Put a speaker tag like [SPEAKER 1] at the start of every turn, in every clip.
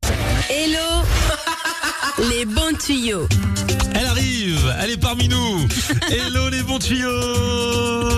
[SPEAKER 1] Hello Les bons tuyaux.
[SPEAKER 2] Elle arrive, elle est parmi nous. Hello les bons tuyaux.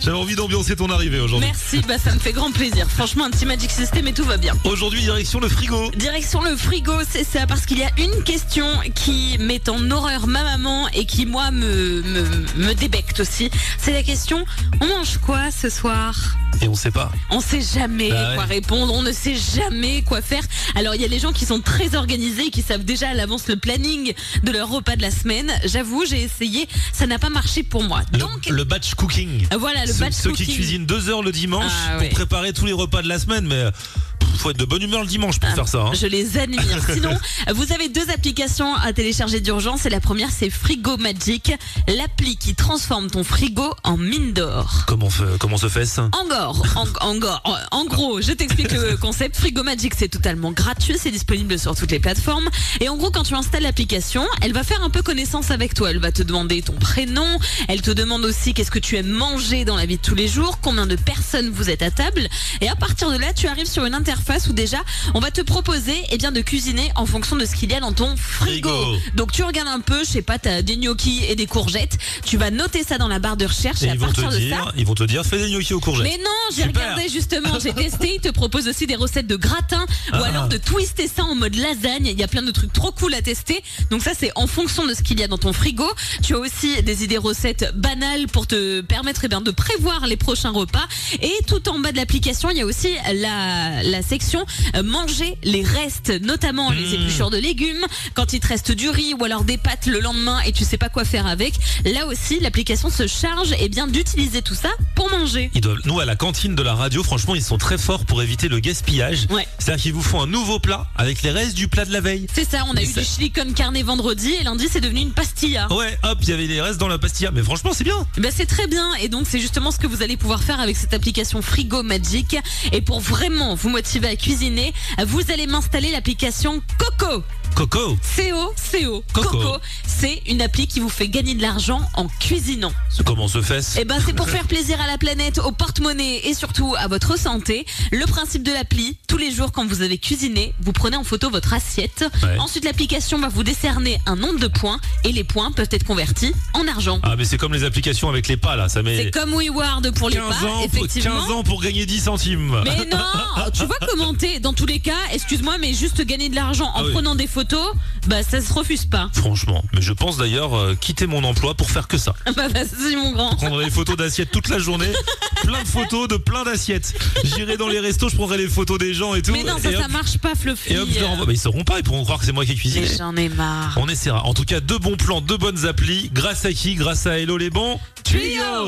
[SPEAKER 2] J'avais envie d'ambiancer ton arrivée aujourd'hui.
[SPEAKER 3] Merci, bah ça me fait grand plaisir. Franchement, un petit Magic System et tout va bien.
[SPEAKER 2] Aujourd'hui, direction le frigo.
[SPEAKER 3] Direction le frigo, c'est ça, parce qu'il y a une question qui met en horreur ma maman et qui, moi, me, me, me débecte aussi. C'est la question, on mange quoi ce soir
[SPEAKER 2] Et on sait pas.
[SPEAKER 3] On sait jamais
[SPEAKER 2] Bah ouais.
[SPEAKER 3] quoi répondre, on ne sait jamais quoi faire. Alors, il y a les gens qui sont très organisés, qui savent déjà à l'avance le planning de leur repas de la semaine. J'avoue, j'ai essayé, ça n'a pas marché pour moi.
[SPEAKER 2] Le,
[SPEAKER 3] Donc,
[SPEAKER 2] le batch cooking.
[SPEAKER 3] voilà, le
[SPEAKER 2] Ceux-
[SPEAKER 3] batch
[SPEAKER 2] Ceux qui
[SPEAKER 3] cooking.
[SPEAKER 2] cuisinent deux heures le dimanche
[SPEAKER 3] Ah,
[SPEAKER 2] pour
[SPEAKER 3] ouais.
[SPEAKER 2] préparer tous les repas de la semaine, mais pff, faut être de bonne humeur le dimanche pour faire ça. hein.
[SPEAKER 3] Ah. Je les admire. Sinon, vous avez deux applications à télécharger d'urgence. Et la première, c'est Frigo Magic, l'appli qui transforme ton frigo en mine d'or.
[SPEAKER 2] Comment, fe- comment se fait ça
[SPEAKER 3] Angor, en, Angor. En- en gros, je t'explique le concept. Frigo Magic, c'est totalement gratuit, c'est disponible sur toutes les plateformes. Et en gros, quand tu installes l'application, elle va faire un peu connaissance avec toi. Elle va te demander ton prénom, elle te demande aussi qu'est-ce que tu aimes manger dans la vie de tous les jours, combien de personnes vous êtes à table. Et à partir de là, tu arrives sur une interface où déjà, on va te proposer eh bien, de cuisiner en fonction de ce qu'il y a dans ton frigo. Ah,
[SPEAKER 2] Frigo.
[SPEAKER 3] Donc tu regardes un peu, je sais pas, t'as des gnocchis et des courgettes. Tu vas noter ça dans la barre de recherche et,
[SPEAKER 2] Et
[SPEAKER 3] à
[SPEAKER 2] ils vont,
[SPEAKER 3] partir
[SPEAKER 2] te
[SPEAKER 3] de
[SPEAKER 2] dire,
[SPEAKER 3] ça,
[SPEAKER 2] ils vont te dire, fais des gnocchis au courgettes.
[SPEAKER 3] mais non, j'ai
[SPEAKER 2] Super.
[SPEAKER 3] regardé justement, j'ai testé. Il te propose aussi des recettes de gratin ou
[SPEAKER 2] Ah.
[SPEAKER 3] alors de twister ça en mode lasagne. Il y a plein de trucs trop cool à tester. Donc ça, c'est en fonction de ce qu'il y a dans ton frigo. Tu as aussi des idées recettes banales pour te permettre eh bien, de prévoir les prochains repas. Et tout en bas de l'application, il y a aussi la, la section euh, manger les restes, notamment
[SPEAKER 2] Mmh.
[SPEAKER 3] les épluchures de légumes, quand il te reste du riz ou alors des pâtes le lendemain et tu sais pas quoi faire avec. Là aussi, l'application se charge eh bien d'utiliser tout ça pour manger.
[SPEAKER 2] Ils doivent- nous, à la cantine de la radio, franchement, ils sont très forts pour éviter le gaspillage.
[SPEAKER 3] Ouais.
[SPEAKER 2] C'est-à-dire qu'ils vous font un nouveau plat avec les restes du plat de la veille.
[SPEAKER 3] C'est ça, on a
[SPEAKER 2] Mais
[SPEAKER 3] eu
[SPEAKER 2] ça-
[SPEAKER 3] du chili con carne vendredi et lundi c'est devenu une pastilla.
[SPEAKER 2] Ouais, hop, il y avait les restes dans la pastilla. Mais franchement, c'est bien.
[SPEAKER 3] Eh Ben c'est très bien et donc c'est justement ce que vous allez pouvoir faire avec cette application Frigo Magic et pour vraiment vous motiver à cuisiner, vous allez m'installer l'application Coco.
[SPEAKER 2] Coco,
[SPEAKER 3] CO CO
[SPEAKER 2] Coco.
[SPEAKER 3] Coco, c'est une appli qui vous fait gagner de l'argent en cuisinant.
[SPEAKER 2] c'est comment se fesse
[SPEAKER 3] Eh ben, c'est pour faire plaisir à la planète, au porte-monnaie et surtout à votre santé. Le principe de l'appli, tous les jours quand vous avez cuisiné, vous prenez en photo votre assiette.
[SPEAKER 2] Ouais.
[SPEAKER 3] Ensuite, l'application va vous décerner un nombre de points et les points peuvent être convertis en argent.
[SPEAKER 2] Ah, mais c'est comme les applications avec les pas là. Ça
[SPEAKER 3] C'est
[SPEAKER 2] met
[SPEAKER 3] comme WeWard pour les
[SPEAKER 2] 15
[SPEAKER 3] pas,
[SPEAKER 2] ans, pour,
[SPEAKER 3] effectivement.
[SPEAKER 2] 15 ans pour gagner 10 centimes.
[SPEAKER 3] Mais non, tu vois commenter. Dans tous les cas, excuse-moi, mais juste gagner de l'argent en
[SPEAKER 2] Ah oui.
[SPEAKER 3] prenant des photos, bah ça se refuse pas.
[SPEAKER 2] Franchement, mais je pense d'ailleurs euh, quitter mon emploi pour faire que ça.
[SPEAKER 3] Bah vas-y mon grand.
[SPEAKER 2] Prendre les photos d'assiettes toute la journée, plein de photos de plein d'assiettes. J'irai dans les restos, je prendrai les photos des gens et tout.
[SPEAKER 3] Mais non, ça,
[SPEAKER 2] et, hop,
[SPEAKER 3] ça marche pas, Fluffy.
[SPEAKER 2] et hop, je leur envoie. Bah, ils sauront pas, ils pourront croire que c'est moi qui ai cuisiné.
[SPEAKER 3] Mais J'en ai marre.
[SPEAKER 2] On essaiera. En tout cas, deux bons plans, deux bonnes applis. Grâce à qui Grâce à Hello les bons.
[SPEAKER 3] Tuyaux